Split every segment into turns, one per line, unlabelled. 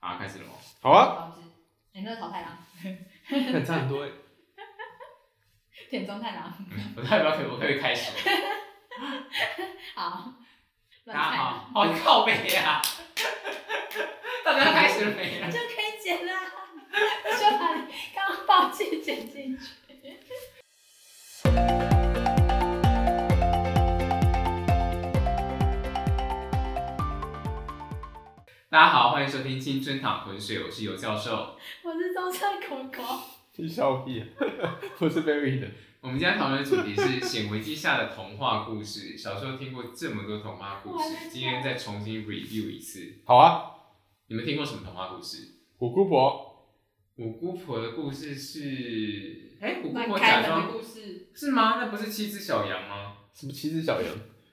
啊，开始了吗？
好啊，
好吃你那个桃太郎，
看差很多欸
田中太郎，
我嗯代表可以，我可以开始。
好，
大
乱
家
菜
好
郎，
好靠背呀、 啊！大家开始了没啊？
就可以剪啦，就把你刚刚抱歉剪进去。
大家好，欢迎收听《青春淌浑水》，我是尤教授。
我是中山狗狗，
你笑屁 啊！我是 Barry 的，
我们今天讨论的主题是显微镜下的童话故事。小时候听过这么多童话故
我还
事，
没看
今天再重新 review 一次。
好啊，
你们听过什么童话故事？
我姑婆，
我姑婆的故事是，哎、我姑
蛮
婆
开
假
门的
装
故事，
是吗？那不是七只小羊吗？
什么七只小羊，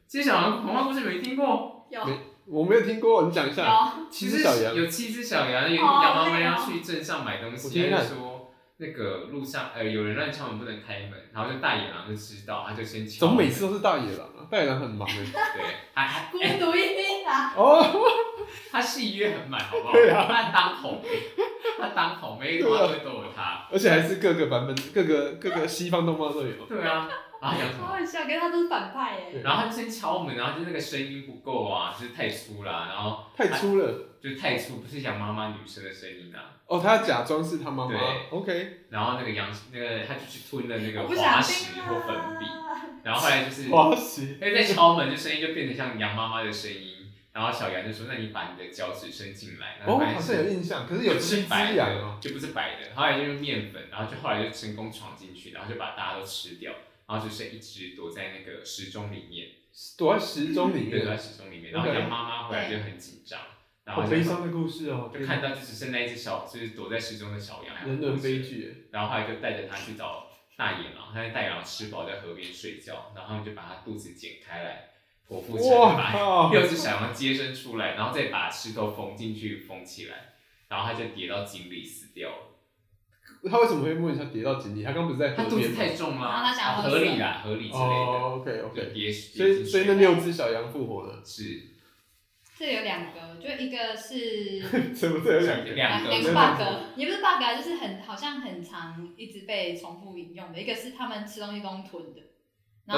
七只小羊童话故事没听过？
有
没我没有听过，你讲一下。
有，
七只小羊
就是，有七只小羊，有一个
哦
羊妈妈
对哦
要去镇上买东
我
西，
听
她
看
就说那个路上呃有人乱敲门不能开门，然后就大野狼就知道，他就先敲
怎
门。
么每次都是大野狼啊？大野狼很忙 的。
对，还还
孤独一匹狼，
哦，
他戏约很满，好不好？
对啊
他当红，他当红，每个花都会都有他。
而且还是各个版本、各个各个西方动漫都有。
对啊，然后讲什么？
好好笑，可是他都是反派耶。
对
然后他就先敲门，然后就那个声音不够啊，就是太粗啦，然后
太粗了。
就太粗，不是羊妈妈女生的声音啊。
哦，他假装是他妈妈
对。
OK，
然后那个羊，那个他就去吞了那
我
个
不
滑
想
石
听啊
或粉笔，
啦。
然后后来就是
哇塞！
因为在敲门，就声音就变得像羊妈妈的声音。然后小羊就说：“那你把你的脚趾伸进来。”然后
哦，我
发
好像
现
有
是
印象，可是
就
有
不是
七只
白
羊
的
哦。，
就不是白的。后来就用面粉，然后就后来就成功闯进去，然后就把大家都吃掉，然后就剩一只躲在那个时钟里面，
躲在时钟里
对，躲在
面，
时钟里面。然后
OK
羊妈妈回来就很紧张，然后
好
就
悲伤的故事哦，
就看到就只剩那一只小，就是躲在时钟的小羊，还有
人伦悲
兔子
剧耶。
然后后来就带着他去找大野狼，他在大野狼吃饱在河边睡觉，然后他们就把他肚子剪开来，剖腹产把
哇
六只小羊接生出来，然后再把石头缝进去缝起来，然后他就跌到井里死掉了。
他为什么会摸一下跌到井里？他刚不是在
他
河
肚
边
子
吗？
太重了，
然后他想要
啊
喝
合
水
理啦，合理之类的，
哦，OK OK
就。跌
所
跌
以
进
所以
去
那六只小羊复活了，
是
这有两个，就一个是
什么这有两个？
两
两
个
个
真的
bug，也不是 bug 啊，就是很好像很常一直被重复引用的。一个是他们吃东西都用吞的，然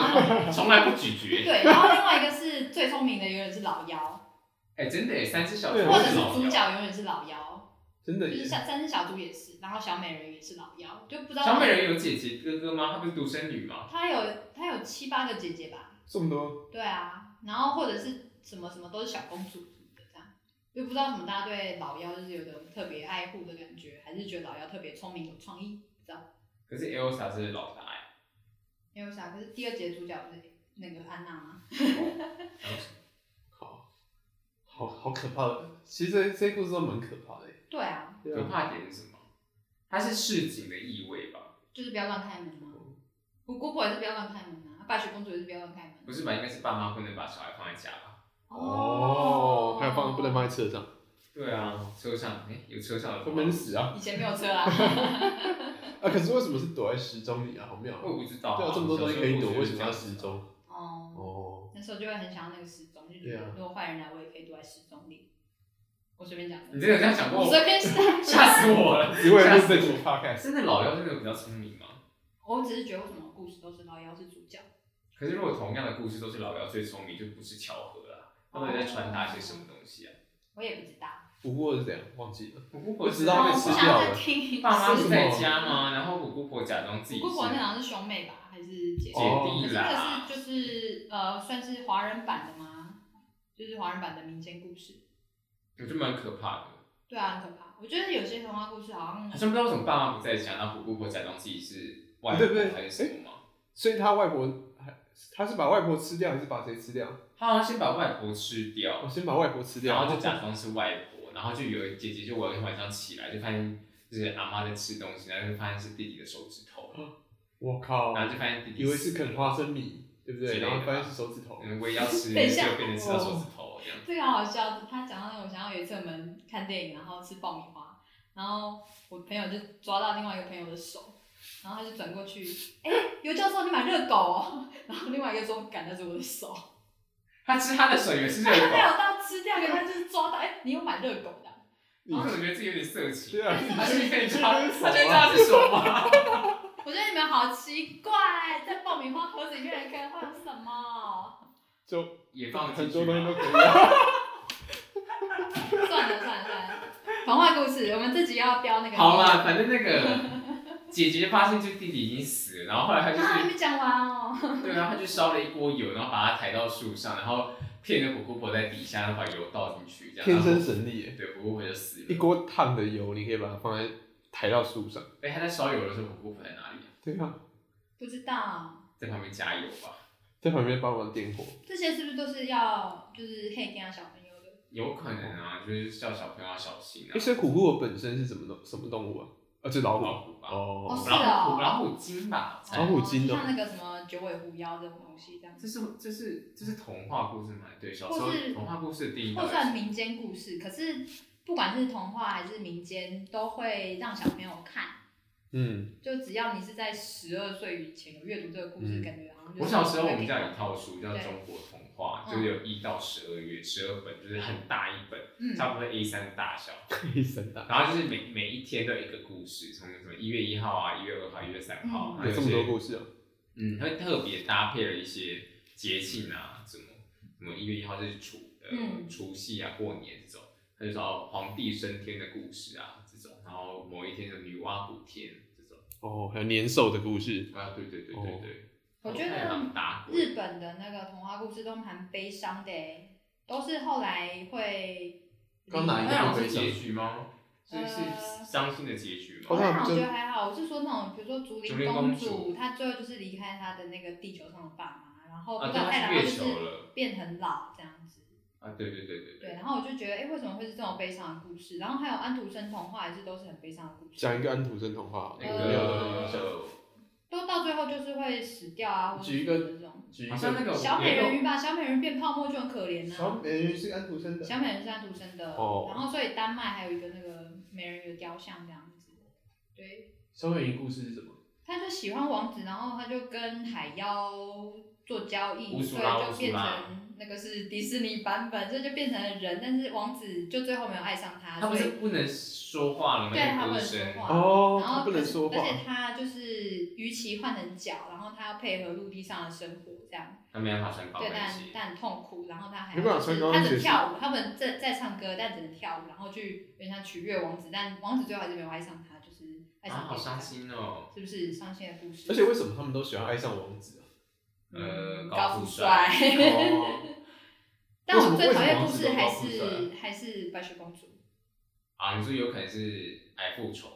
后
从来不咀嚼，
对，然后另外一个是最聪明的永远是老妖，
哎，真的耶，三只小
对
羊
或者是
老
主
妖，
角永远是老妖，
真的
就是
耶，
像三只小猪也是，然后小美人鱼也是老妖，就不知道
小美人有姐姐哥哥吗？她不是独生女吗？
她有她有七八个姐姐吧？
这么多
对啊，然后或者是什么什么都是小公主什么的这样，就不知道为什么大家对老妖就是有种特别爱护的感觉，还是觉得老妖特别聪明有创意，不知道。
可是 Elsa 是老大呀，
没有啥，可是第二节主角不是那个安娜吗？
好好可怕的。其实这这些故事都蛮可怕的耶，
对啊，
对
可
啊，
怕点是什么？它是市井的意味吧？
就是不要乱开门嘛。我姑婆也是不要乱开门啊，白雪公主也是不要乱开门。啊
不是吧？应该是爸妈不能把小孩放在家吧？
哦，还有哦放不能放在车上，
对啊，车上哎、有车上的
会
吗
闷死啊！
以前没有车啊，
啊，可是为什么是躲在时钟里啊？好妙啊！
我不知道、
对啊，这么多东西可以躲，
哦小时候
为什么要时
我
钟？
啊
哦，
哦，
那时候就会很想要那个时钟，就觉
对
得
啊
如果坏人来，我也可以躲在时钟里。我随便讲
觉得这样？你真的有
的，
这样想
我
过？
随便想
吓死我了！
只为了录
吓
这
死
集
我
podcast，
真的老妖真的比较聪明吗？
我只是觉得为什么故事都是老妖是主角，
可是如果同样的故事都是老妖最聪明，就不是巧合啦。他们在传达些什么东西啊？
我也不知道。
不过是怎样忘记了？
我姑婆
不知道
我
被
不
吃
想
掉
要
了
再听一次。
爸妈
是
不
什么
在家吗？然后我姑婆假装自己
我
是
姑婆那好像是兄妹吧，还是姐姐？
哦
姐
可
弟
是那
啦
个，是就是呃，算是华人版的吗？就是华人版的民间故事。
我觉得蛮可怕的。
对啊，很可怕。我觉得有些童话故事好像
好像不知道为什么爸妈不在家，然后我姑婆假装自己是外婆
对不对
还是什么吗？
所以他外婆还他是把外婆吃掉，还是把谁吃掉？
他好像先把外婆吃掉
我，先把外婆吃掉，
然后就假装是外婆，然后就有一姐姐就我有一天晚上起来就发现就是阿妈在吃东西，然后就发现是弟弟的手指头，
我靠，
然后就发现弟弟
哦以为是啃花生米，对不
之
对？
类的
然后发现是手指头，
嗯，我也要吃，就
等一
变
下
成吃到手指头这样。
这个好笑。他讲到那种，想要有一次我们看电影，然后吃爆米花，然后我朋友就抓到另外一个朋友的手，然后他就转过去，哎、尤教授你买热狗、哦， 然后另外一个说，感那是我的手，
他吃他的手也是热
他没
狗，
有到吃掉，可是他就是抓到，哎、你有买热狗的啊，
嗯
我可能觉得自己有点色情
对。啊，
他去跟你
去
抓，
跟
他去
手
抓
啊
是什 么？
我觉得你们好奇怪，在爆米花盒子里面可以放什么？
就
也放进
很
去
多东西
吗
都可以啊。
算了算了算了，童话故事，我们自己要标那个。
好啦，反正那个姐姐发现就弟弟已经死了，然后后来她就
啊，还
去，
没讲完哦。
对，然后她就烧了一锅油，然后把它抬到树上，然后骗着虎姑婆在底下，然后把油倒进去，这样。
天生
然后
神力耶，
对，虎姑婆就死
一
了。
锅烫的油，你可以把它放在抬到树上。
哎，她在烧油的时候，虎姑婆在哪里啊？
对啊，
不知道
在旁边加油吧，
在旁边帮忙点火。
这些是不是都是要就是黑店啊小朋友的？
有可能啊，就是叫小朋友要小心啊
哎，。所以虎姑婆本身是什么动什么动物啊？啊，就老
老
虎。
虎吧，
哦
哦，
是啊
老虎老虎精吧，
老虎精哦
像那个什么九尾狐妖这种东西这样
这。是这是这是童话故事嘛？对，小时候
或是
童话故事的定义到
或
底
算
是，
民间故事，可是不管是童话还是民间，都会让小朋友看。
嗯，
就只要你是在十二岁以前有阅读这个故事，
嗯
感觉好像就是
我小时候我
会
们
给
家有一套书叫《
对
中国童话》，
嗯
就是有一到十二月十二本，就是很大一本，
嗯，
差不多 A 三大小。
黑神大，
然后就是每每一天都有一个故事，从什么一月一号啊、一月二号、一月三号，
嗯
然后
有
有
这么多
些
故事啊。
嗯，它会特别搭配了一些节庆啊，什么什么一月一号就是除呃、
嗯
除夕啊、过年这种，他就说哦皇帝升天的故事啊这种，然后某一天的女娲补天这种。
哦，还有年兽的故事。
啊，对对对对对，
我觉
太
得
难打滚
日本的那个童话故事都蛮悲伤的欸，都是后来会。
刚哪一个
那
不
种
悲
是
伤
结局吗？是
呃
是伤心的结局
我
哦
吗？
那
那我
就
觉得还好，我是说那种，比如说竹
竹
林
林
公
公主
主，她最后就是离开她的那个地球上的爸妈，然后不
啊，
知
对，
道
他
太
去
郎
月
就
球
是
了。
变很老这样子。
啊，对对对对
对，
对。
然后我就觉得，哎，为什么会是这种悲伤的故事？然后还有安徒生童话也是都是很悲伤的故事。
讲一个安徒生童话，啊
那
没有的
呃
印象。
个
都到最后就是会死掉啊，或者
举一
什么
个
这种
举一
好像那
个，
个
小美人
鱼
鱼吧，小美人鱼变泡沫就很可怜
小
啊。
美人鱼是安徒生的。
小美人鱼是安徒生的，
哦
然后所以丹麦还有一个那个美人鱼的雕像这样子。对，
小美人鱼故事是什么？
他就喜欢王子，然后他就跟海妖做交易，
乌苏
所以
拉
就变
乌苏拉
成那个是迪士尼版本，所以就变成了人，但是王子就最后没有爱上他，
他不
所以
是不能说话了吗？
对他不
歌
能说
声。
话，
哦，
然
他
后
不能说
而
话。
且他就是与其换成脚，然后他要配合陆地上的生活这样。
他没办法穿高
对，
跟
但
鞋。
但很痛苦，然后他还
没办法
就
穿
是
高
他
跟
只能
鞋
跳舞，他们在在唱歌，但只能跳舞，然后去有点像取悦王子，但王子最后还是没有爱上他，就是爱
啊，
上
好
别人
伤，心哦。
是不是伤心的故事？
而且为什么他们都喜欢爱上王子 啊？
呃
嗯
高
高
富
富
帅
帅，
哦，
但我
为什么
最讨
为什么
厌的
王
故
子
事
都
还
高富帅
是还是白雪公主，
啊，你说有可能是矮复仇，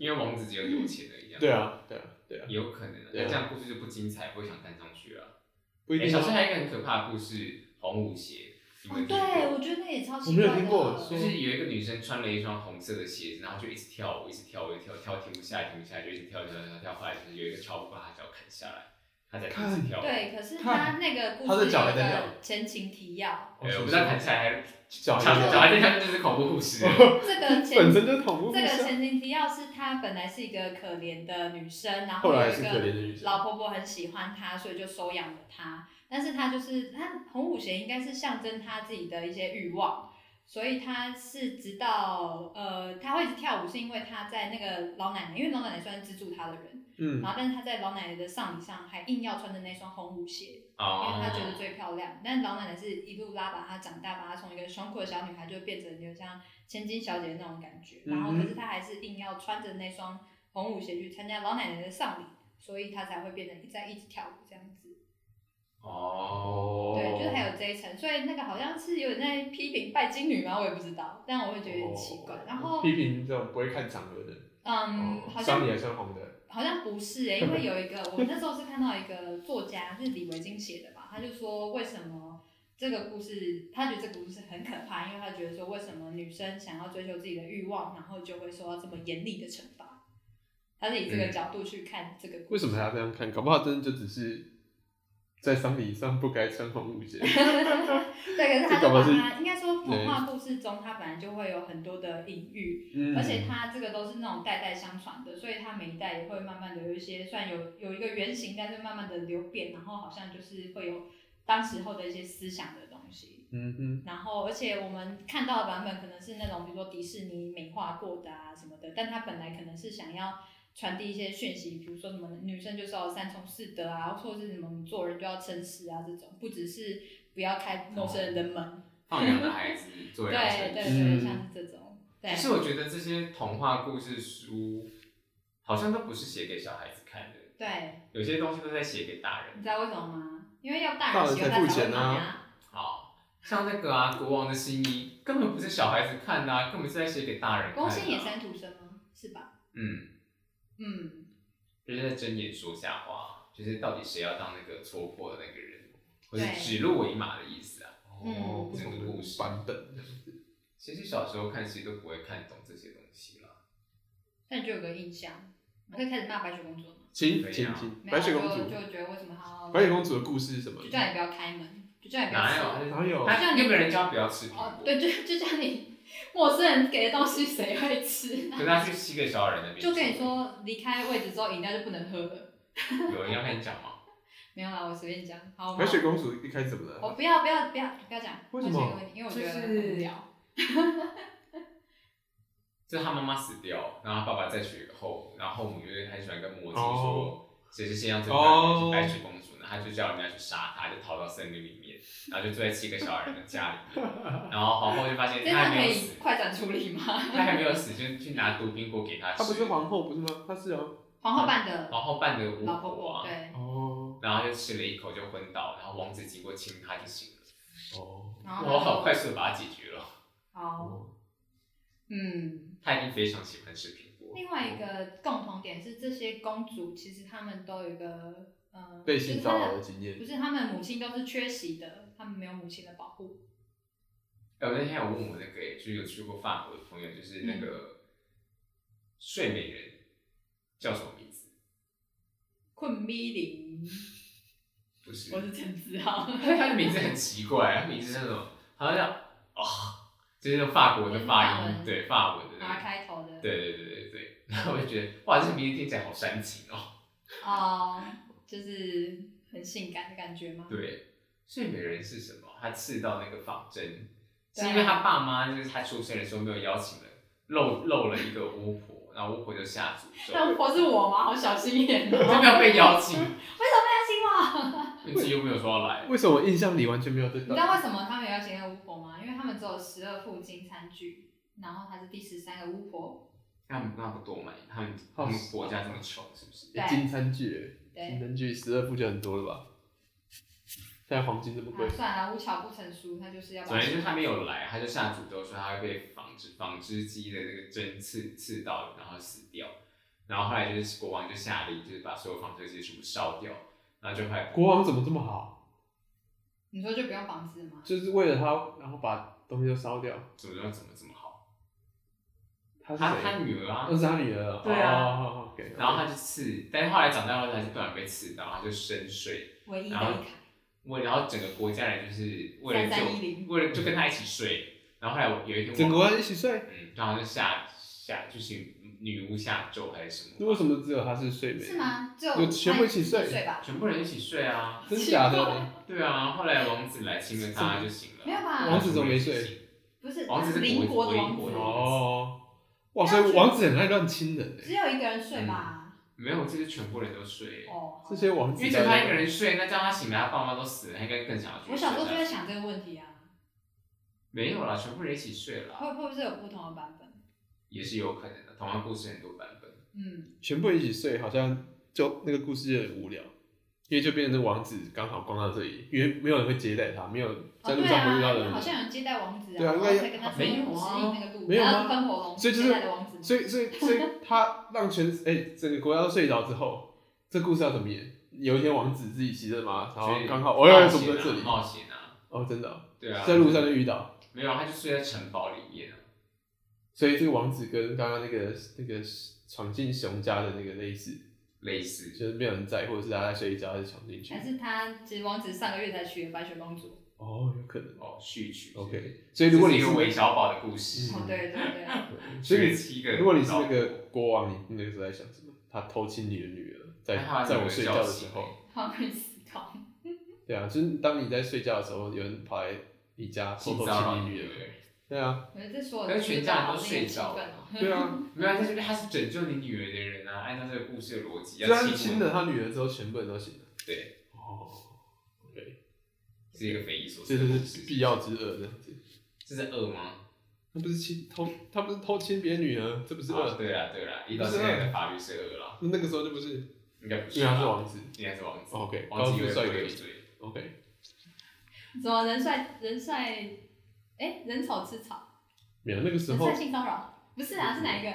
因为王子只有有钱而已。
对，啊，对啊，对啊，
有可能啊。那
对啊
这样故事就不精彩，不会想看上去了。
不一
欸
定
小
啊。
时候还有一个很可怕的故事，《红舞鞋》，你
哦
们，听过
对我觉得那也超奇
我没
怪
有
的，
听过
就
说
是有一个女生穿了一双红色的鞋子，然后就一直跳舞，一直跳舞，一直跳跳停不下来，停不下来，就一直跳跳跳跳，后来就是有一个乔布把她脚砍下来，她才开始跳舞。
对，可是
看
他那个故
他的
事
脚
有
还
一
在
个前情提要，
呃，我不知道砍下来，
脚
脚
还
脚还在跳，就是恐怖故事。
这个前
本身就是恐怖故
这个
事，
前情提要是她本来是一个可怜的女生，然
后
有
来
一
是可
个
怜的女生。
老婆婆很喜欢她，所以就收养了她。但是她就是她红舞鞋应该是象征她自己的一些欲望，所以她是直到呃，她会一直跳舞是因为她在那个老奶奶，因为老奶奶算是资助她的人，
嗯
然，后但是她在老奶奶的丧礼上还硬要穿着那双红舞鞋，因为
哦
她觉得最漂亮。但老奶奶是一路拉拔她长大，把她从一个爽苦的小女孩就变成有像千金小姐的那种感觉。然
嗯
后
哼
可是她还是硬要穿着那双红舞鞋去参加老奶奶的丧礼，所以她才会变得一在一直跳舞这样子。
哦，
对，就是还有这一层，所以那个好像是有点在批评拜金女嘛，我也不知道，但我会觉得有点奇
哦
怪。然后
批评这种不会看场合的，
嗯，好像
伤你还穿红的，
好像不是欸诶、因为有一个我那时候是看到一个作家是李维京写的吧，他就说为什么这个故事，他觉得这个故事很可怕，因为他觉得说为什么女生想要追求自己的欲望，然后就会受到这么严厉的惩罚，他是以这个角度去看这个
嗯
故
为
事。
什么还要这样看？搞不好真的就只是在丧礼上不该穿红 舞鞋。
对，可是他
这
就
搞不好
把
是
它应该说童话故事中，它本来就会有很多的隐喻，
嗯
而且它这个都是那种代代相传的，所以它每一代也会慢慢的有一些，虽然有有一个原型，但是慢慢的流变，然后好像就是会有当时候的一些思想的东西。
嗯哼，
然后，而且我们看到的版本可能是那种，比如说迪士尼美化过的啊什么的，但它本来可能是想要传递一些讯息，比如说什么女生就是要三从四德啊，或者是什么做人就要诚实啊这种，不只是不要开陌生人的门。
放养的孩子做养生
对嗯对
之
对，
嗯
像是这种。对
其，实我觉得这些童话故事书好像都不是写给小孩子看的，
对，
有些东西都在写给大
你
人。
知道为什么吗？因为要大
大
人
人
喜欢
才付
才会
钱
买
啊
啊。
好像那个
嗯
啊，《国王的新衣》根本不是小孩子看的、啊，根本是在写给大人
哎
看的、啊。
光线野山土生吗？是吧？
嗯，
嗯，
就是在睁眼说瞎话，就是到底谁要当那个戳破的那个人，或是
对
指鹿为马的意思啊。
嗯
哦，不同的版本这样子。
其实小时候看戏都不会看懂这些东西啦。
那你就有个印象。我可以开始骂白雪公主了吗？
可
请
以
请
啊
请，
没有
白雪公
就
主，
就觉得为什么她要
白雪公主的故事是什么
就？叫你不要开门，就叫你不要
哪
吃。
有？啊
哪有
他那个人叫不要吃苹
哦
果，，
对，就就叫你陌生人给的东西谁会吃？
可是他去七个小矮人那边，
就跟你，说离开位置之后饮料就不能喝了。
有人要跟你讲吗？
没有啦，我随便讲。好，我
白雪公主一开始怎么
我
了？
不要不要不要不要讲。
为什么
问这个问题因为我觉得很无聊。
就是他妈妈死掉，然后他爸爸再娶一个后母，然后后母就很喜欢跟魔镜
哦
说谁是世界上最棒的
哦
白雪公主呢？他就叫人家去杀她，就逃到森林里面，然后就住在七个小矮人的家里面，然后皇后就发现
这
她还
段可
没有
以
死，
快转处理吗？
她还没有死，就去拿毒苹果给她吃。
她不是皇后不是吗？她是啊。
皇后办的
皇后扮的巫
老婆
哦婆
婆，
啊，
对，
哦
然后她就吃了一口就昏倒，然后王子经过亲她就醒了，
哦
然后
我
她
好
说
快速的把她解决了。
好，
哦，
嗯。
她一定非常喜欢吃苹果。
另外一个共同点是，这些公主其实她们都有一个，呃，
被
就是
性
她
骚
们
扰的经验
不。是，他们母亲都是缺席的，他们没有母亲的保护。
哎、我那天有问我那个、欸，就是有去过法国的朋友，就是那
嗯
个睡美人叫什么名字？
困咪林，
不是
我，是陈子啊豪。
他的名字很奇怪，他名字是那种好像叫哦，就是那种法国的发
就是法文
音，对法文的
拿
那个，
开头的，
对对对对对。然后我就觉得哇，这个名字听起来好煽情哦。
哦、就是很性感的感觉吗？
对，睡美人是什么？她刺到那个仿真，
对啊
是因为她爸妈就是她出生的时候没有邀请人，漏漏了一个巫婆，然后巫婆就下诅咒，
那我是我吗？好小 心眼、哦。为什
就
么
没有被邀请，
要亲我？
自己又没有说要来。
为什么我印象里完全没有这
啊你知道
段？
为什么他们要请那个巫婆吗？因为他们只有十二副金餐具，然后她是第十三个巫婆。
他们那不多买，他们他们国家这么穷，是不是？
对
金餐具，
对
金餐具十二副就很多了吧？现在黄金这么贵
啊、，算了，无巧不成书，她就是要把
反正就是他没有来，他就下诅咒说他会被纺织纺织机的那个针刺刺到，然后死掉。然后后来就是国王就下令，就是把所有纺织机全部烧掉，然后就后来
国王怎么这么好？
你说就不用房子吗？
就是为了他，然后把东西都烧掉。
怎么怎么怎么好，
他是
他他
谁？哦
女儿啊
那，是他女儿。
对啊
哦哦哦，OK，
然后他就刺，但是后来长大后他还是不然被刺到，他就深睡。
唯一的
然后
一卡。
为然后整个国家人就是为了
3310
就为了就跟他一起睡，然后后来我有一天
整
我
个人一起睡。
嗯，然后就下下就是女巫下咒还是什么？
那为什么只有他是睡美？
是？吗？就
有全部一起睡
睡吧？
全部人一起睡啊？
真假的？
对啊，后来王子来亲了她就醒了。
没有吧
王子怎么没睡？
不是，
王哦子是
邻
国
国的王
邻
子
国的王子
哦，哇，所以王子很爱乱亲人
只
欸
有一个人睡吧？
没有，这是全部人都睡。
哦，好
这些王
因
子
为只有他一个人睡，那这样他醒来，他爸妈都死了，他应该更想要去睡。
我小时候就在想这个问题啊，
没有啦，全部人一起睡啦，
会会不会有不同的版本？
也是有可能的。童话故事很多版本，
嗯，
全部一起睡，好像就那个故事就很无聊，因为就变成那个王子刚好逛到这里，因为没有人会接待他，没有在
哦
路
对
上会遇
啊，
到
因为
人，
好像有人接待王子
对啊
然后
应该
才跟他说指
没有
引
啊
那个路，
没有
然
吗
后喷火龙，
所以就是
接待的王子，
所以所以所以他让全哎、整个国家都睡着之后，这故事要怎么演？有一天王子自己骑着马，然后刚好
我
哦，要怎么在这里？
冒险啊，
哦，真的哦、
对啊，
在路上就遇到，
没有，他就睡在城堡里面啊。
所以这个王子跟刚刚那个那个闯进熊家的那个类似。
类似
就是没有人在，或者是他在睡觉，他就闯进去
还。是他其实王子上个月才娶了白雪公主，
哦，有可能。
哦，序曲。
OK，所以如果你
这
是
是一个韦小宝的故事，
哦
嗯
对对 对，
所
十嗯
以
七个
如果你是那个国王，你你那个时候在想什么？他偷亲你的女儿，在
还哎好他
在
女
我
儿
睡
叫
觉的时
醒欸
候
了，
换位思考，
对啊，就是当你在睡觉的时候，有人跑来你家偷
性
偷
骚扰
亲你
女
女儿。
人，
对 啊，
可是这所有
但
的
欸是全家人都睡着了
了。
对啊，
没有啊，他就是他是拯救你女儿的人啊，按照这个故事的逻辑，
虽然
要
是
亲
亲
吻
了啊他女儿之后，全部人都醒了。
对，
哦，OK，
是一个匪夷所
这
思
就
的故
是
事，
必要之恶这样子。
这是恶吗？
他不是亲偷，他不是偷亲别女儿，这不是
啊
恶。
对啊对啊，依照
不是
现在
恶
的法律是恶了，
那个时候就不是，
应该不是啊
因为他是
吧，
王子。
应该是王子，
OK，
王
高
子
富
有
帅
罪
哥
有罪，
OK，
什么人帅人帅？哎，人丑吃草，
没有那个时
人
候
帅性骚扰？不是啊，是哪一个？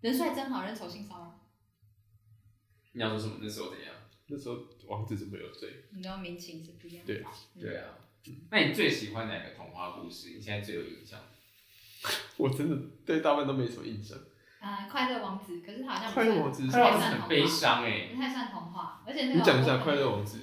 人帅真好，人丑性骚扰。
你要说什么？那时候怎样？
那时候王子怎么有罪？
你知道民情是不一样的。
对，
对啊，
嗯
那你最喜欢哪个童话故事？你现在最有印象？
我真的对大半都没什么印象。
啊，快乐王子，可是好像不
快乐王
子
子是
快乐王子
很悲伤哎、
不太算童话，而且那个
你讲一下快乐王子，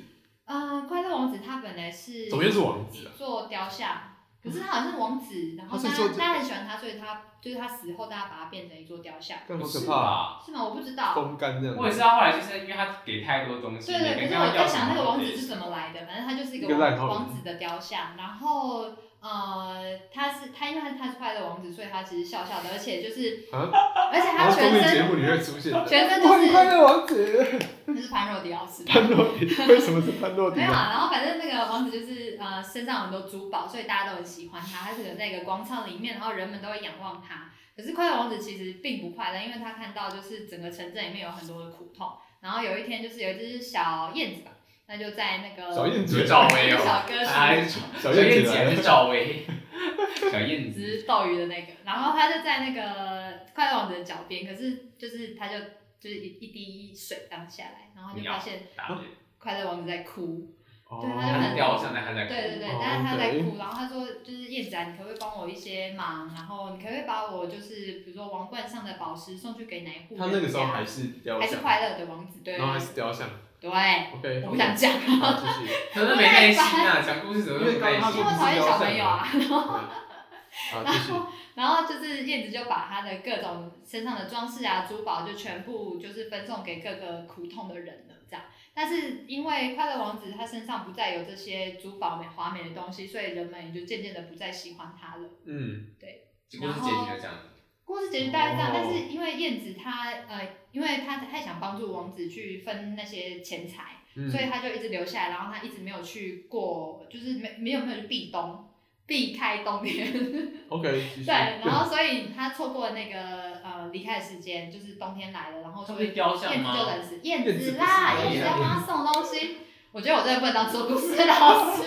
啊，快乐王子他本来是
怎么又是王子啊？
做雕像，可是他好像是王子，然后
他
大
是
家
做
大家很喜欢他，所以他就是他死后，大家把他变成一座雕像，
但好
不
可
是
怕，啊
吧？
是吗？我不知道。
风干这样
我也
子，
是，啊他后来就是因为他给太多东西，
对对，可
每
是
个人
我
要
在
什
想那个
都
王
得
子是怎么来的，反正他就是一
一
个
个烂
王
好人
王子的雕像，然后呃，他是他因为他是他是快乐王子，所以他其实笑笑的，而且就是
啊
而且
然
他
后综
全
艺节
身
目里面会出现的。
全身
我
都
很
是
快乐王子，
那是潘若迪老师吧。
潘若迪，为什么是潘若迪
没有
呢？
啊，然后反正那个王子就是呃身上有很多珠宝，所以大家都很喜欢他。他是留在一个广场里面，然后人们都会仰望他。可是快乐王子其实并不快乐，因为他看到就是整个城镇里面有很多的苦痛。然后有一天就是有一只小燕子吧，那就在那个
小燕子
就赵薇哦，
小歌
哎，
手
小
小
燕
燕
子
子
来
还是
了，
赵薇， 小燕子，
哎
只斗鱼的那个，然后他就在那个快乐王子的脚边，可是就是他就就是一一滴水荡下来，然后就发现
打脸，
快乐王子在哭。对他就
他
很
掉上来，他在哭
对对对，
哦
但是他在
对
哭，然后他说就是燕子啊，你可不可以帮我一些忙？然后你可不可以把我就是比如说王冠上的宝石送去给哪一户人家？
他那个时候还是雕
还是
像，
快乐的王子，对
然后还是雕像。
对，
OK，
我不想讲，
好，继续。
可能没耐心啊，讲故事怎么会没耐
他
因
说
为我
心？
讨厌小朋友啊。
好，继续。
然后就是燕子就把她的各种身上的装饰啊、珠宝就全部就是分送给各个苦痛的人了，这样。但是因为快乐王子他身上不再有这些珠宝美华美的东西，所以人们也就渐渐的不再喜欢他了。
嗯，
故事结局就这样，
故事结局大概是这样，
哦
但是因为燕子她呃，因为她太想帮助王子去分那些钱财，
嗯
所以她就一直留下来，然后她一直没有去过，就是没没有没有去避冬，避开冬天，
，OK，继续。
对，然后所以她错过了那个呃离开的时间，就是冬天来了，然后
他
所
不是
以
雕像
燕子就
吗？
冷死，
燕
燕
子
子
不
啦，
是
燕子
人
要帮她送东西，我觉得我真的不能当说故事的老师。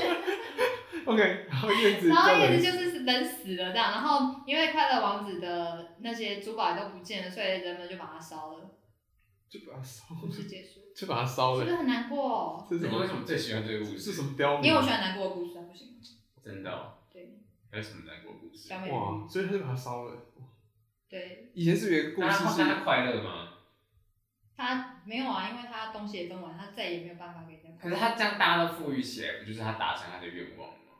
OK，然后燕子，
然后燕子就是人死了这样，然后因为快乐王子的那些珠宝也都不见了，所以人们就把它烧了。
就把它烧
故
了，
事结束，
就把它烧
是不
了。
是很难过、哦？
这是
你
什
为
么
什？么最喜欢这个故
是
事
什？么刁民？
因为我喜欢难过的故事啊，不行吗，
真的哦，
对，
还有什么难过故事
小？美人
哇，
鱼，
所以他就把它烧了。
对
以前是不是有一个故
那
事
他那
是
他快乐吗？
他没有啊，因为他东西也分完，他再也没有办法给人家。
可是他这样大家都富裕起来，不就是他达成他的愿望了吗？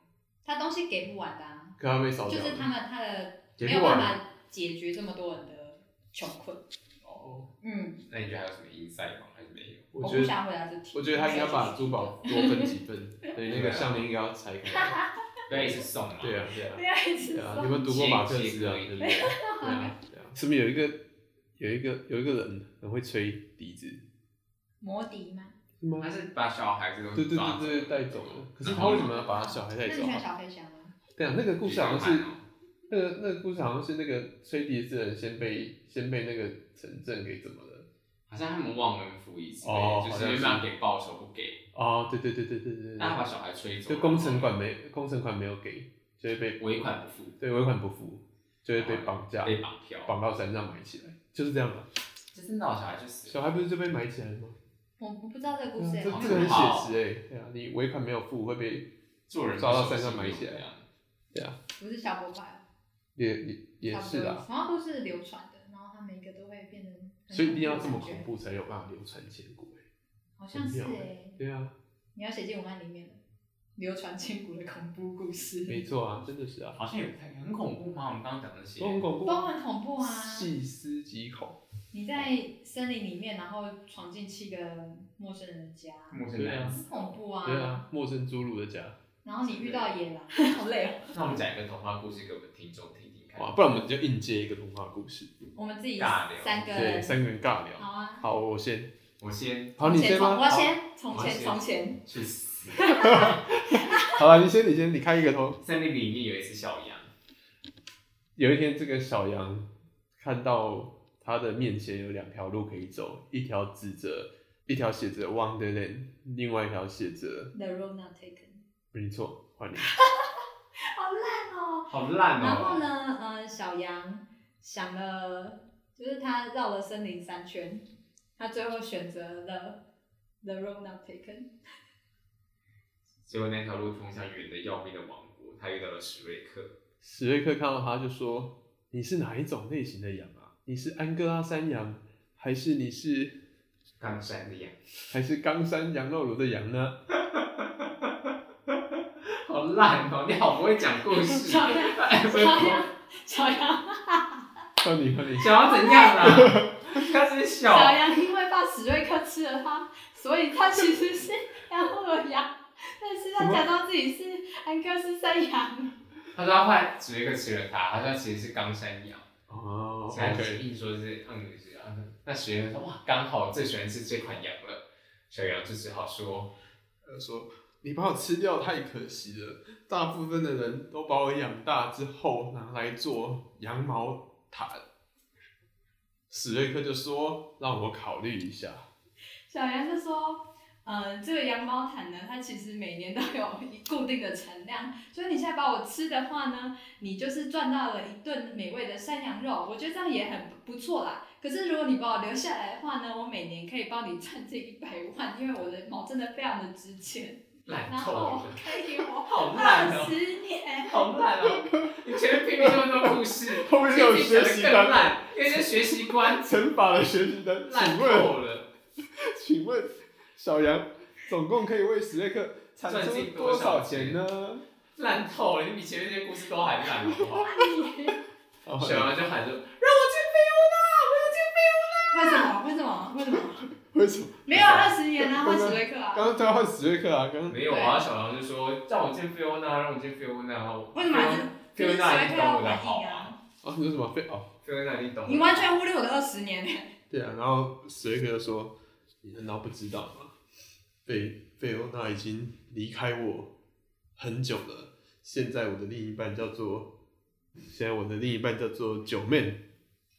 他东西给不完的、啊，
可他被烧
就
掉
是他
了，
们他的
给
没有
不
办
完。
法解决这么多人的穷困。
哦，
嗯，
那你觉得还有什么 insight 吗？还是没有？
我
我觉
不
得，
想回答这题。
我觉得他应该把珠宝多分几分，对，那个
啊
项链应该要拆开。
不要一直送啊。
对啊，对啊
不。要一直
对啊，
说
你们读过马克思啊？对不对？对啊，对啊。是不是有一个有一个有一个人很会吹笛子？
摩笛吗？
是吗
他？是把小孩子都
对对
抓
对对，
走
带走了。可是他为什么要把他小孩
那
带
你
走
喜欢
啊？
小飞侠吗？
对啊，那个故事好像
你喜
是
欢看哦
那个那个故事好像是那个吹笛子的人先被先被那个城镇给怎么了？
好像他们忘恩负义之类
哦
的，就是原本给报酬不给，
哦，对对对对对对
但他把
对，
小孩吹走，
就工程款没工程款没有给，就会被
尾款不付，
对尾款不付，就会被绑架，
啊被绑票，
绑到山上埋起来，就是这样的。
就真的好小孩就死
小
了。
孩不是就被埋起来了吗？
我我不知道这个
对
故
啊
事、
这
欸，
这个很写实哎，对啊，你尾款没有付会被
做人
抓到山上埋啊起来
这样，
不是小波派，
也也也是啦，
好像都是流传的，然后他每一个都会变成，
所以一定要这么恐，怖才有办法流传千古哎。
好像是哎、
很妙对啊，
你要写进文案里面了，流传千古的恐怖故事，
没错啊，真的是啊，
好像也不太很恐怖吗？我们刚刚讲那些
都很恐怖，
都很恐怖啊！
细思极恐，
你在森林里面，然后闯进七个陌生人的家，
陌生男子
很恐怖啊！
对啊，陌生侏儒的家，
然后你遇到野狼， 好累哦。
那我们讲一个童话故事给我们听众听听看。
啊哇，不然我们就硬接一个童话故事，
我们自己
尬聊
三个
对，
人，
三个人尬聊。
好啊。
好，我先。
我先
好，你先吗？
从
好
我先，从
我
前
先
从前，
去 死。
好了，你先，你先，你开一个头。
森林里面有一只小羊，
有一天，这个小羊看到它的面前有两条路可以走，一条指着，一条写着 Wonderland，另外一条写着，
The road not taken。
没错，换你。
好烂哦。
好烂哦、
然后？呢，呃，小羊想了，就是他绕了森林三圈，他最后选择了 The road not taken。
结果那条路通向远的要命的王国，他遇到了史瑞克。
史瑞克看到他就说：“你是哪一种类型的羊啊？你是安哥拉山羊，还是你是
冈山的羊，
还是冈山羊肉炉的羊呢？”
好烂哦、你好不会讲故事。
小羊，
哎
小羊，小羊，
换你，换你。
想要怎样
啊
啦？他只是小，
小羊，因为怕史瑞克吃了它，所以它其实是羊后的羊，但是
什
它
么
假装自己是安哥斯山羊。
他说他后来史瑞克吃了他，他说他其实是冈山羊，
哦
才
，OK，
硬说是嗯是嗯。那史瑞克说哇，刚好最喜欢吃这款羊了，小羊就只好说
他说你把我吃掉太可惜了，大部分的人都把我养大之后拿来做羊毛毯。史瑞克就说：“让我考虑一下。
小羊就说。呃，这个羊毛毯呢，它其实每年都有固定的产量，所以你现在把我吃的话呢，你就是赚到了一顿美味的山羊肉，我觉得这样也很不错啦。可是如果你把我留下来的话呢，我每年可以帮你赚进一百万，因为我的毛真的非常的值钱，
烂
然
透
后
了，
可以活
好
二
烂哦、
十年。
好烂哦、你前面拼命这么多故事”，
后面有学习
更
单，
烂，因为是学习观
乘法的学习单，
烂
请
透
问，
了，
请问小羊总共可以为史瑞克产
赚
出
进
多
多少
少钱呢？
烂透了，你比前面这些故事都还烂，好不好？
哦
小羊就喊说
为什么？为什么？为什么？
为什么？
没有二十年啊，换史瑞克
刚
啊？
刚都要换史瑞克啊！刚刚
没有啊，小狼就说让我见菲欧娜，让我见菲欧娜。然后
为什么还是
菲欧娜一定懂我的好啊，
啊，你说什么费哦？
菲欧娜一定懂我的好。
你完全忽略我的二十年欸。
对啊，然后史瑞克就说：“你难道不知道吗？贝贝欧娜已经离开我很久了。现在我的另一半叫做……现在我的另一半叫做九妹。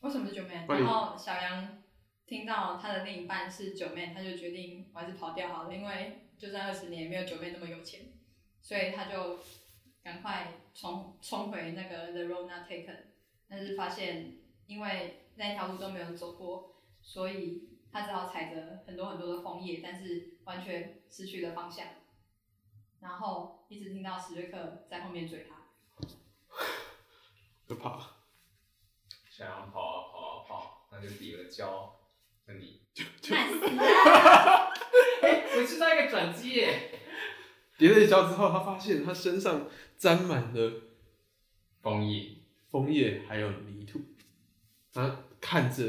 为什么是九妹？
不然你
然后小羊听到他的另一半是九妹，他就决定我还是跑掉好了，因为就算二十年也没有九妹那么有钱，所以他就赶快冲冲回那个 The Road Not Taken，但是发现因为那条路都没有走过，所以他只好踩着很多很多的枫叶，但是完全失去了方向，然后一直听到史瑞克在后面追他。
可怕！
小羊跑啊跑啊跑，那就比了跤。那你
烂死了！
哎，我知道一个转机耶，
跌了一跤之后，他发现他身上沾满了
枫叶。
枫叶还有泥土。他看着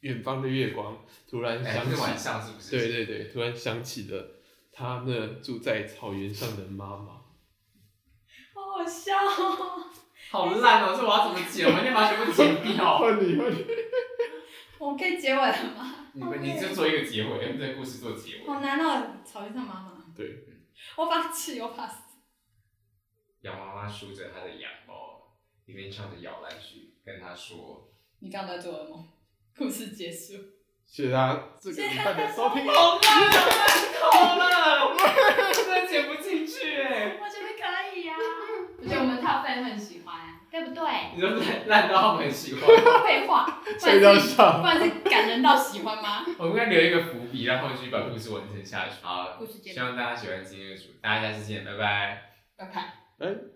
远方的月光，突然
哎，
想
是
起
晚上是不是？
对，对对，突然想起了他那住在草原上的妈妈。
好好笑、哦。
好烂哦！这我要怎么剪？我一定把它全部剪掉。
哦你换你，
我可以结尾了吗？
你们你就做一个结尾，用这个故事做结尾。
好难哦，草原上妈妈，
对，
我放弃，我 pass。
羊妈妈梳着她的羊毛，里面唱着摇篮曲，跟她说
你刚刚在做噩梦。故事结束。
谢谢大家这个礼拜的收听。：“
好烂，好烂，真的剪不进去哎。”
我觉得可 以啊，而且我们套饭很喜欢、啊，对不对？
你说烂烂到他们很喜欢，
废话， 不
睡到
然是
笑
不然是感人到喜欢吗？
我们应该留一个伏笔，让他们去把故事完成下去。好，
故事结
希
束，
望大家喜欢今天的主题，大家下次见，拜拜。
拜拜。